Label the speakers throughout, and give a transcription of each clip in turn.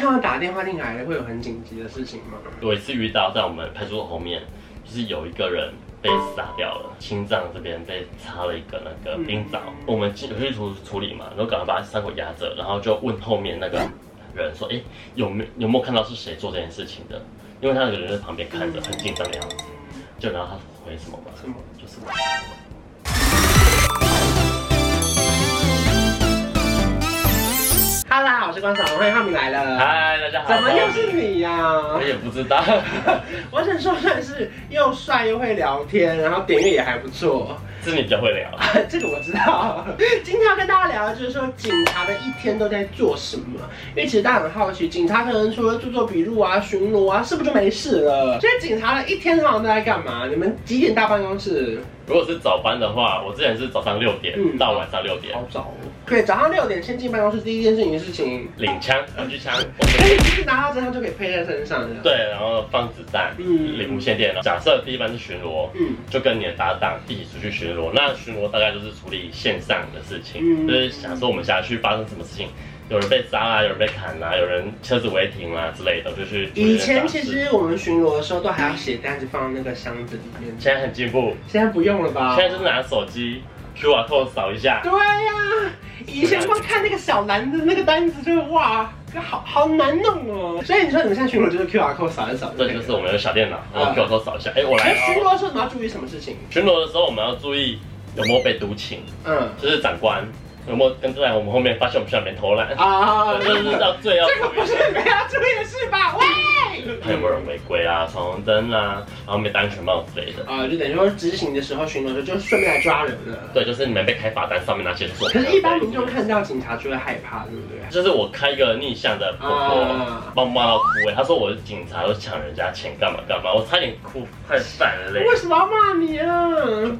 Speaker 1: 他们打电话进来的会有很紧急的事情吗？
Speaker 2: 有一次遇到在我们派出所后面，就是有一个人被杀掉了，心脏这边被插了一个那
Speaker 1: 嗯
Speaker 2: 个冰凿。我们进去处处理嘛，然后赶快把伤口压着，然后就问后面那个人说：“哎、有没有没有看到是谁做这件事情的？”因为他那个人在旁边看着，很紧张的样子。就然后他回什么嘛，
Speaker 1: 什么？
Speaker 2: 就是
Speaker 1: 哈啦，我是关晓彤，欢迎浩明来了。
Speaker 2: 嗨，大家好，
Speaker 1: 怎么又是你呀、
Speaker 2: 我也不知道，
Speaker 1: 我想说，算是又帅又会聊天，然后点阅也还不错。
Speaker 2: 是你比较会聊。
Speaker 1: 这个我知道。今天要跟大家聊的就是说，警察的一天都在做什么？因为其实大家很好奇，警察可能除了做做笔录啊、巡逻啊，是不是就没事了？所以警察的一天通常都在干嘛？你们几点到办公室？
Speaker 2: 如果是早班的话，我之前是早上六点、
Speaker 1: 嗯
Speaker 2: 到晚上六点
Speaker 1: 好早哦。对，早上六点先进办公室，第一件事情事情，
Speaker 2: 领枪、玩具枪，
Speaker 1: 哎，就是拿到之后就可以配在身上的。，
Speaker 2: 对，然后放子弹，
Speaker 1: 嗯
Speaker 2: 领无线电。假设第一班是巡逻，
Speaker 1: 嗯，
Speaker 2: 就跟你的搭档一起出去巡逻。那巡逻大概就是处理线上的事情，
Speaker 1: 嗯
Speaker 2: 就是想说我们辖区发生什么事情，有人被杀啊，有人被砍啊，有人车子违停啊之类的，就去处理
Speaker 1: 以
Speaker 2: 这件
Speaker 1: 前
Speaker 2: 杂
Speaker 1: 其
Speaker 2: 事
Speaker 1: 实我们巡逻的时候都还要写单子放那个箱子里面，
Speaker 2: 现在很进步，
Speaker 1: 现在不用了吧？
Speaker 2: 现在就是拿手机 QR code 扫一下，
Speaker 1: 对呀、以前光看那个小蓝的那个单子就哇，好好难弄哦。所以你说你们现在巡逻就是 QR code 扫一扫可
Speaker 2: 这
Speaker 1: 以
Speaker 2: 就是
Speaker 1: 了。
Speaker 2: 我们的小电脑，然后 QR code 扫一下，哎，我
Speaker 1: 那
Speaker 2: 来
Speaker 1: 嗯巡
Speaker 2: 了
Speaker 1: 逻
Speaker 2: 哦。
Speaker 1: 的时候你们要注意什么事情？
Speaker 2: 巡逻的时候我们要注意有没有被毒请，
Speaker 1: 嗯
Speaker 2: 就是长官有没有跟在我们后面发现我们小没偷懒。
Speaker 1: 啊，
Speaker 2: 就是到最 要
Speaker 1: 这个不是你们要注意的事吧？喂。
Speaker 2: 还有没有人违规啊，闯红灯啊，然后没戴安全帽之类的。
Speaker 1: 啊、就等于说执行的时候巡逻的时候就顺便来抓人了。
Speaker 2: 对，就是你们被开罚单，上面那些错。
Speaker 1: 可是，一般民众看到警察就会害怕，对不对？
Speaker 2: 就是我开一个逆向的婆
Speaker 1: 啊
Speaker 2: 婆，帮我骂到哭哎、欸，她说我是警察，都抢人家钱干嘛干嘛，我差点哭快犯了泪
Speaker 1: 为。什么要骂你啊？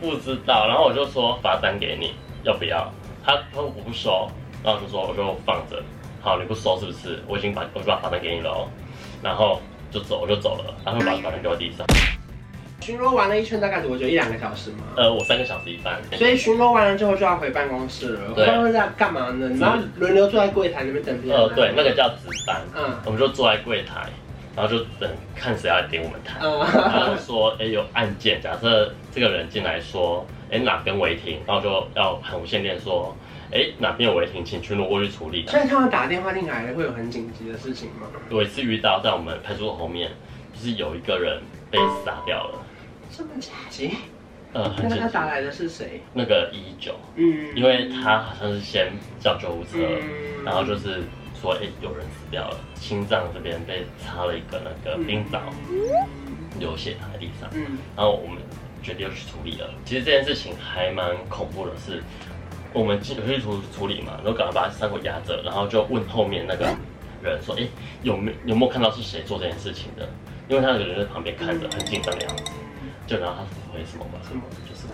Speaker 2: 不知道，然后我就说罚单给你，要不要？她她说我不收，然后我就说我就放着。好，你不收是不是？我已经把我就把罚单给你了哦，然后就走我就走了，然后
Speaker 1: 哎
Speaker 2: 把罚单丢到地上。
Speaker 1: 巡逻完了一圈大概多久？一两个小时吗？
Speaker 2: 呃，我三个小时一班，
Speaker 1: 所以巡逻完了之后就要回办公室了。回
Speaker 2: 对
Speaker 1: 办公室在干嘛呢？你们要轮流坐在柜台那边等别人。啊
Speaker 2: 呃，对，那个。叫值班，
Speaker 1: 嗯
Speaker 2: 我们就坐在柜台，然后就等看谁要来点我们台， 然后
Speaker 1: 嗯，
Speaker 2: 就说，哎、有案件，假设这个人进来说，哎、哪边违停，然后就要喊无线电说，哎、哪边有违停，请巡逻过去处理。
Speaker 1: 所以他们打电话进来会有很紧急的事情吗？
Speaker 2: 有一次遇到在我们派出所后面，就是有一个人被杀掉了，
Speaker 1: 这么紧急？
Speaker 2: 呃，
Speaker 1: 那
Speaker 2: 很紧
Speaker 1: 他
Speaker 2: 急
Speaker 1: 打，来的是谁？
Speaker 2: 那个一九，
Speaker 1: 嗯
Speaker 2: 因为他好像是先叫救护车，
Speaker 1: 嗯
Speaker 2: 然后就是说，哎、有人死掉了，心脏这边被插了一个那个冰凿，流血躺在地上。
Speaker 1: 嗯，
Speaker 2: 然后我们决定要去处理了。其实这件事情还蛮恐怖的是，我们进去处处理嘛，然后赶快把伤口压着，然后就问后面那个人说：“哎、有没有没有看到是谁做这件事情的？”因为他那个人在旁边看着，很紧张的样子。
Speaker 1: 嗯
Speaker 2: 就然后他回什么吧，
Speaker 1: 什么
Speaker 2: 就是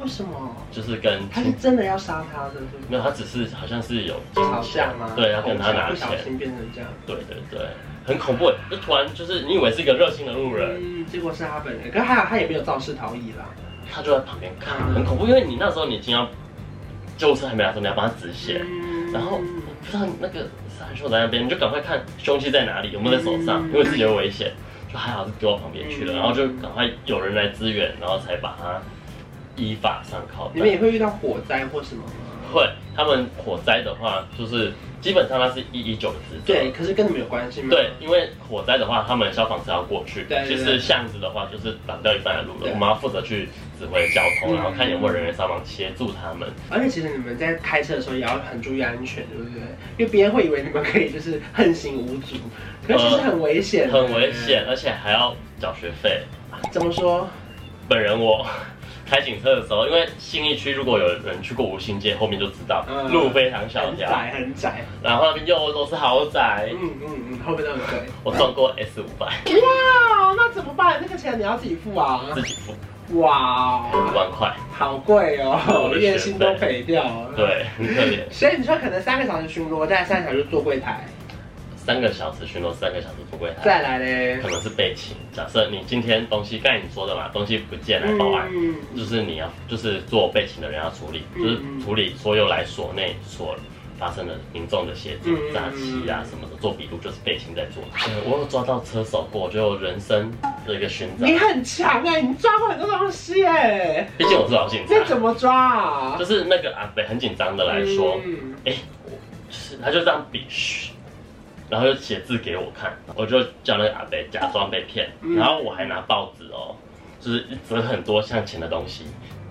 Speaker 1: 为什么？
Speaker 2: 就是跟
Speaker 1: 他是真的要杀他的，对不对？
Speaker 2: 没有，他只是好像是有
Speaker 1: 吵架吗？
Speaker 2: 嗯对，要跟他拿
Speaker 1: 不小
Speaker 2: 钱，
Speaker 1: 心变成这样。
Speaker 2: 对对对，很恐怖耶，就突然就是你以为是一个热心的路人，
Speaker 1: 嗯，结果是他本人，可是他他也没有肇事逃逸啦。
Speaker 2: 他就在旁边看，很恐怖，因为你那时候你已经要救护车还没来，说你要帮他止血，
Speaker 1: 嗯
Speaker 2: 然后不知道那个杀人凶手在那边，你就赶快看凶器在哪里，有没有在手上，因为自己有危险，就还好是丢到旁边去了，
Speaker 1: 嗯
Speaker 2: 然后就赶快有人来支援，然后才把他依法上铐。
Speaker 1: 你们也会遇到火灾或什么吗？
Speaker 2: 会，他们火灾的话，就是基本上它是一一九的职责。
Speaker 1: 对，哦可是跟你们有关系吗？
Speaker 2: 对，因为火灾的话，他们消防车要过去。
Speaker 1: 嗯对对
Speaker 2: 其实巷子的话，就是挡掉一半的路
Speaker 1: 对
Speaker 2: 了，我们要负责去指挥交通，
Speaker 1: 嗯
Speaker 2: 然后看有没有人员伤亡，协助他们。
Speaker 1: 而且其实你们在开车的时候也要很注意安全，对不对？因为别人会以为你们可以就是横行无阻，可是其实很危险、
Speaker 2: 呃很危险，。
Speaker 1: 嗯
Speaker 2: 而且还要缴学费。
Speaker 1: 怎么说？
Speaker 2: 本人我 开警车的时候，因为信义区如果有人去过吴兴街，后面就知道
Speaker 1: 嗯
Speaker 2: 路非常小
Speaker 1: 很
Speaker 2: 条，
Speaker 1: 窄很窄。
Speaker 2: 然后那边又都是豪宅。
Speaker 1: 嗯嗯嗯，后面都很贵。
Speaker 2: 我撞过 S 五百，
Speaker 1: 哇，那怎么办？那个钱你要自己付啊！
Speaker 2: 自己付
Speaker 1: 哇，
Speaker 2: 五万块，
Speaker 1: 好贵
Speaker 2: 我
Speaker 1: 哦，
Speaker 2: 的
Speaker 1: 月薪都赔掉。。
Speaker 2: 对，很可怜。
Speaker 1: 所以你说可能三个小时巡逻，再三个小时坐柜台，
Speaker 2: 三个小时巡逻，三个小时不柜台，
Speaker 1: 再来嘞
Speaker 2: 可。能是被请。假设你今天东西，刚才你说的嘛，东西不见来报案，
Speaker 1: 嗯
Speaker 2: 就是你要就是做被请的人要处理，就是处理所有来所内所发生了民众的协助
Speaker 1: 嗯
Speaker 2: 诈欺啊什么的，做笔录就是背心在做的。对我有抓到车手过，我觉得我人生的一个勋章
Speaker 1: 你。很强哎、你抓过很多东西哎、
Speaker 2: 毕竟我是老警察
Speaker 1: 这，怎么抓啊？
Speaker 2: 就是那个阿北很紧张的来说，
Speaker 1: 嗯
Speaker 2: 哎、我就是他就这样比，嘘然后就写字给我看，我就叫那个阿北假装被骗，
Speaker 1: 嗯
Speaker 2: 然后我还拿报纸哦，就是折很多像钱的东西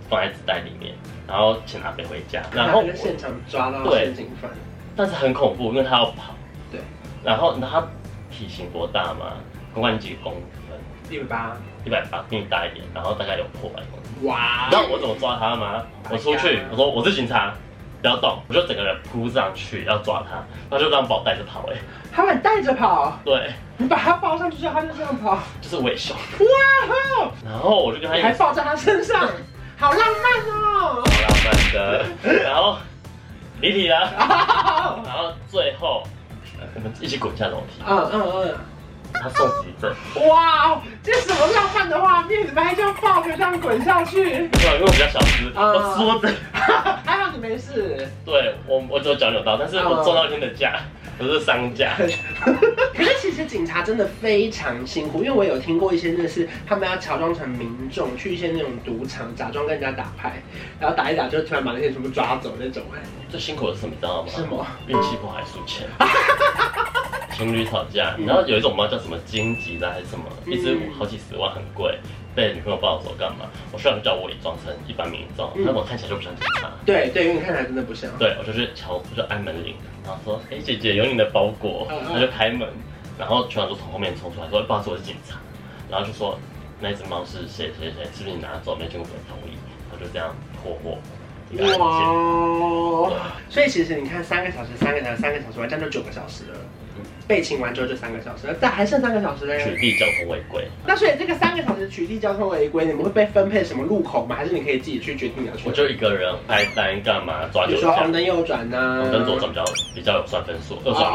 Speaker 2: 放在纸袋里面，然后请阿北回家，然后
Speaker 1: 他在现场抓到
Speaker 2: 对
Speaker 1: 现行犯，
Speaker 2: 但是很恐怖，因为他要跑，
Speaker 1: 对，
Speaker 2: 然后你知道他体型多大吗？公安几公分？
Speaker 1: 一百八，
Speaker 2: 一百八，比你大一点，然后大概有破百公分。
Speaker 1: 哇
Speaker 2: 你知道我怎么抓他吗？我出去，我说我是警察，不要动，我就整个人扑上去要抓他，他就这样把我带着跑、欸，哎，
Speaker 1: 他把你带着跑，
Speaker 2: 对，
Speaker 1: 你把他抱上去之后，他就这样跑，
Speaker 2: 就是尾凶。
Speaker 1: 哇吼，
Speaker 2: 然后我就跟他一
Speaker 1: 你
Speaker 2: 起
Speaker 1: 还抱在他身上，好浪漫 哦。
Speaker 2: 浪漫的，然后离题了，
Speaker 1: 啊
Speaker 2: 然后最后呃我们一起滚下楼梯，
Speaker 1: 嗯嗯
Speaker 2: 他送急诊，
Speaker 1: 嗯，哇，这是什么浪漫的画面？你们还这样抱着这样滚下去？
Speaker 2: 对，因为我比较小只，
Speaker 1: 啊
Speaker 2: 我缩着，
Speaker 1: 还好你没事。
Speaker 2: 对我我只有脚扭到，但是我撞到一天的
Speaker 1: 啊
Speaker 2: 架，我是 伤架，
Speaker 1: 可是其实警察真的非常辛苦，因为我有听过一些，就是他们要乔装成民众去一些那种赌场，假装跟人家打牌，然后打一打就突然把那些人全部抓走那种。
Speaker 2: 最辛苦的是什么，你知道吗？
Speaker 1: 是吗？
Speaker 2: 运气不好还输 钱。情侣吵架，然后有一种猫叫什么荆棘的还是什么，
Speaker 1: 嗯
Speaker 2: 一只五好几十万很贵，被女朋友抱走干嘛？我虽然叫我也装成一般民众，
Speaker 1: 嗯
Speaker 2: 但我看起来就不像警察。
Speaker 1: 对对，因为你看起来真的不像。
Speaker 2: 对，我就去敲，我就按门铃，然后说：“哎、姐姐，有你的包裹。
Speaker 1: 嗯”嗯
Speaker 2: 他就开门，然后全长就从后面冲出来，说：“不好意思，我是警察。”然后就说：“那只猫是谁谁谁，是不是你拿走？没经过我的同意。”我就这样破获一个案件。
Speaker 1: 哇！所以其实你看，三个小时，三个小时，三个小时，完这样就九个小时了
Speaker 2: 嗯。
Speaker 1: 被擒完之后就三个小时，但还剩三个小时
Speaker 2: 取
Speaker 1: 嘞。
Speaker 2: 缔交通违规，
Speaker 1: 那所以这个三个小时取缔交通违规，你们会被分配什么路口吗？还是你可以自己去决定你要去哪？
Speaker 2: 我就一个人拍单干嘛？抓
Speaker 1: 比
Speaker 2: 酒
Speaker 1: 如说
Speaker 2: 驾
Speaker 1: 红。灯右转啊呐、
Speaker 2: 红灯左转比较比较有算分数，二转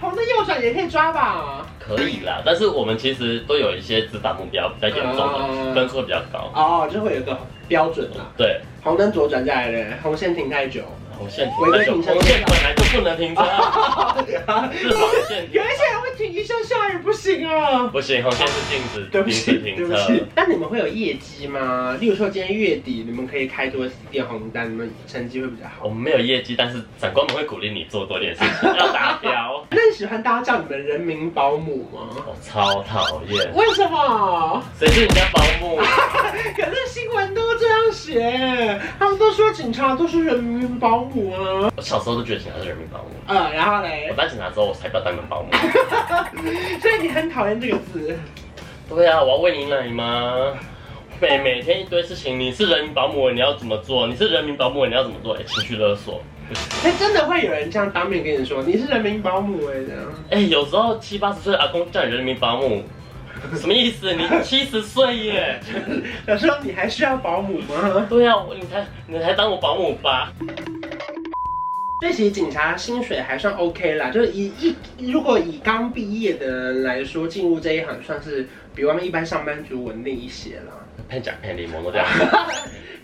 Speaker 1: 红灯哦右转也可以抓吧？
Speaker 2: 可以啦。但是我们其实都有一些执法目标比较严重
Speaker 1: 嗯
Speaker 2: 的，分数比较高。
Speaker 1: 哦，就会有一个标准啦。
Speaker 2: 对，
Speaker 1: 红灯左转下来嘞，红线停 太久。
Speaker 2: 红线
Speaker 1: 违
Speaker 2: 停
Speaker 1: 规停车
Speaker 2: 太久，红线本来就不能停车，啊是红线
Speaker 1: 有一些人会停一下下也不行啊。
Speaker 2: 不行，红线是禁止
Speaker 1: 对不
Speaker 2: 禁
Speaker 1: 起，
Speaker 2: 止
Speaker 1: 对
Speaker 2: 停
Speaker 1: 不
Speaker 2: 车。
Speaker 1: 起。那你们会有业绩吗？例如说今天月底你们可以开多点红单，你们成绩会比较好。
Speaker 2: 我们没有业绩，但是长官们会鼓励你做多点事情，要达标。
Speaker 1: 那你喜欢大家叫你们人民保姆吗？
Speaker 2: 我超讨厌，
Speaker 1: 为什么？
Speaker 2: 谁是你家保姆？
Speaker 1: 可是新闻都这样写，他们都说警察都是人民保姆啊。
Speaker 2: 我小时候都觉得警察是人民保姆，
Speaker 1: 呃，然后
Speaker 2: 我
Speaker 1: 嘞，
Speaker 2: 当警察之后我才不要当人 民保姆。
Speaker 1: 所以你很讨厌这个字。
Speaker 2: 对啊，我要喂你奶吗？每每天一堆事情，你是人民保姆，你要怎么做？你是人民保姆，你要怎么做？哎、情绪勒索。
Speaker 1: 哎，真的会有人这样当面跟你说你是人民保姆哎、这样。
Speaker 2: 哎、有时候七八十岁的阿公叫你人民保 姆，什么意思？你七十岁耶？
Speaker 1: 有时候你还需要保姆吗？
Speaker 2: 对啊，我你才你才当我保姆吧？
Speaker 1: 这其实警察薪水还算 OK 啦，就是以一如果以刚毕业的人来说，进入这一行算是比外面一般上班族稳定一些啦。
Speaker 2: 骗假骗你，摩托这样。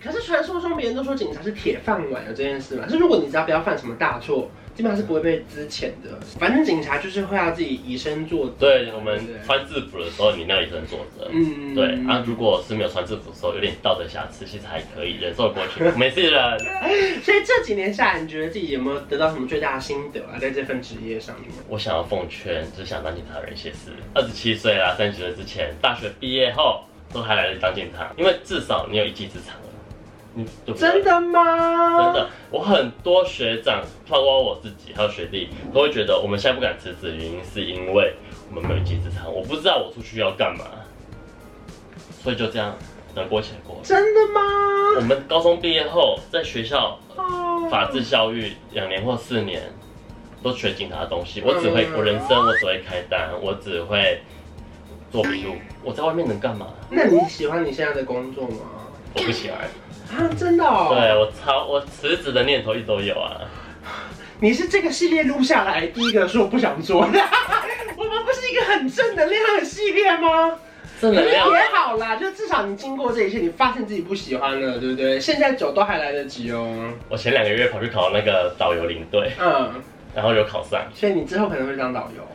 Speaker 1: 可是传说中别人都说警察是铁饭碗的这件事嘛，就是如果你只要不要犯什么大错，基本上是不会被资遣的。反正警察就是会要自己以身作则。
Speaker 2: 对我们穿制服的时候，你那里只能坐着。
Speaker 1: 嗯
Speaker 2: 对啊，如果是没有穿制服的时候，有点道德瑕疵，其实还可以忍受得过去，没事的。
Speaker 1: 所以这几年下来，你觉得自己有没有得到什么最大的心得啊？在这份职业上面？
Speaker 2: 我想要奉劝，就是想当警察的人一些事。二十七岁啦，三十岁之前，大学毕业后都还来得及当警察，因为至少你有一技之长了。你对不对
Speaker 1: 真的吗？
Speaker 2: 真的，我很多学长，包括我自己还有学弟，都会觉得我们现在不敢辞职，原因是因为我们没有一技之长，我不知道我出去要干嘛，所以就这样得过且过。
Speaker 1: 真的吗？
Speaker 2: 我们高中毕业后，在学校
Speaker 1: 哦
Speaker 2: 法制教育两年或四年都学警察的东西，我只会我人生，我只会开单，我只会做笔录，我在外面能干嘛？
Speaker 1: 那你喜欢你现在的工作吗？
Speaker 2: 我不喜欢，
Speaker 1: 啊，真的哦。
Speaker 2: 对，我超我辞职的念头一直都有啊，
Speaker 1: 你是这个系列录下来 第一个说不想做的。我们不是一个很正能量的系列吗？
Speaker 2: 正
Speaker 1: 可
Speaker 2: 能
Speaker 1: 是
Speaker 2: 量
Speaker 1: 也好啦，就至少你经过这一切，你发现自己不喜欢了，对不对？现在走都还来得及哦。
Speaker 2: 我前两个月跑去考那个导游领队，
Speaker 1: 嗯，
Speaker 2: 然后有考上，
Speaker 1: 所以你之后可能会当导游，哦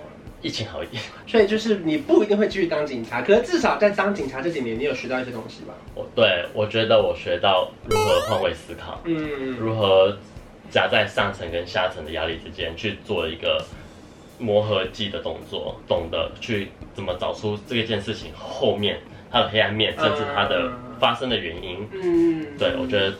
Speaker 2: 疫情好一点。
Speaker 1: 所以就是你不一定会继续当警察，可是至少在当警察这几年，你有学到一些东西吧？
Speaker 2: 我对我觉得我学到如何换位思考，
Speaker 1: 嗯，
Speaker 2: 如何夹在上层跟下层的压力之间去做一个磨合剂的动作，懂得去怎么找出这件事情后面它的黑暗面，
Speaker 1: 嗯
Speaker 2: 甚至它的发生的原因。
Speaker 1: 嗯，
Speaker 2: 对我觉得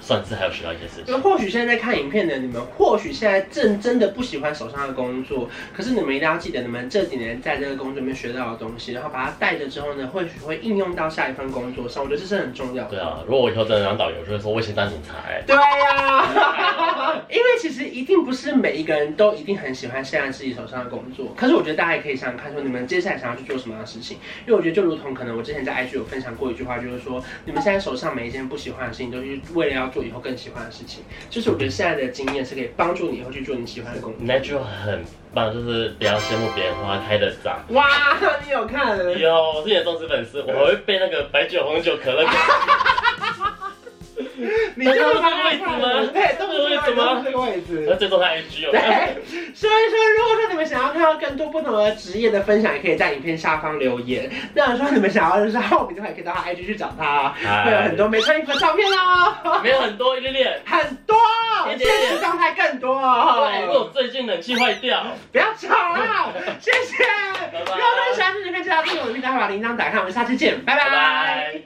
Speaker 2: 算是还有学到一些事
Speaker 1: 就
Speaker 2: 情。
Speaker 1: 或许现在在看影片的你们，或许现在正真的不喜欢手上的工作，可是你们一定要记得，你们这几年在这个工作里面学到的东西，然后把它带着之后呢，或许会应用到下一份工作上，我觉得这是很重要的。
Speaker 2: 对啊，如果我以后真的当导游，就会说我以前当警察、欸，
Speaker 1: 对呀、因为其实一定不是每一个人都一定很喜欢现在自己手上的工作，可是我觉得大家也可以想想看，说你们接下来想要去做什么样的事情，因为我觉得就如同可能我之前在 IG 有分享过一句话，就是说你们现在手上每一件不喜欢的事情，都是为了要做以后更喜欢的事情，就是我觉得现在的经验是可以帮助你以后去做你喜欢的工作。
Speaker 2: 你那句话很棒，就是不要羡慕别人花开的早。
Speaker 1: 哇，你有看？
Speaker 2: 有，我是你的忠实粉丝，我还会背那个白酒、红酒、可乐。
Speaker 1: 你这个对，
Speaker 2: 都
Speaker 1: 都
Speaker 2: 是
Speaker 1: 是
Speaker 2: 这
Speaker 1: 这个位置
Speaker 2: 个位置吗
Speaker 1: 吗？这个位置
Speaker 2: 那。最终他 IG 有
Speaker 1: 对，所以说，如果说你们想要看到更多不同的职业的分享，也可以在影片下方留言。那说你们想要就是浩明的话，也可以到他 IG 去找他，哦
Speaker 2: 嗨
Speaker 1: 会有很多没穿衣服的照片哦，
Speaker 2: 没有很多一点点。
Speaker 1: 很多，
Speaker 2: 一点
Speaker 1: 现
Speaker 2: 点
Speaker 1: 实状态更多
Speaker 2: 哎，
Speaker 1: 哦
Speaker 2: 如果。最近冷气坏掉，
Speaker 1: 不要吵 了，谢谢。
Speaker 2: 拜
Speaker 1: 如果说你喜欢这支影片，记得要订阅我的频道，把铃铛打开。我们下期见，拜
Speaker 2: 拜拜
Speaker 1: 拜。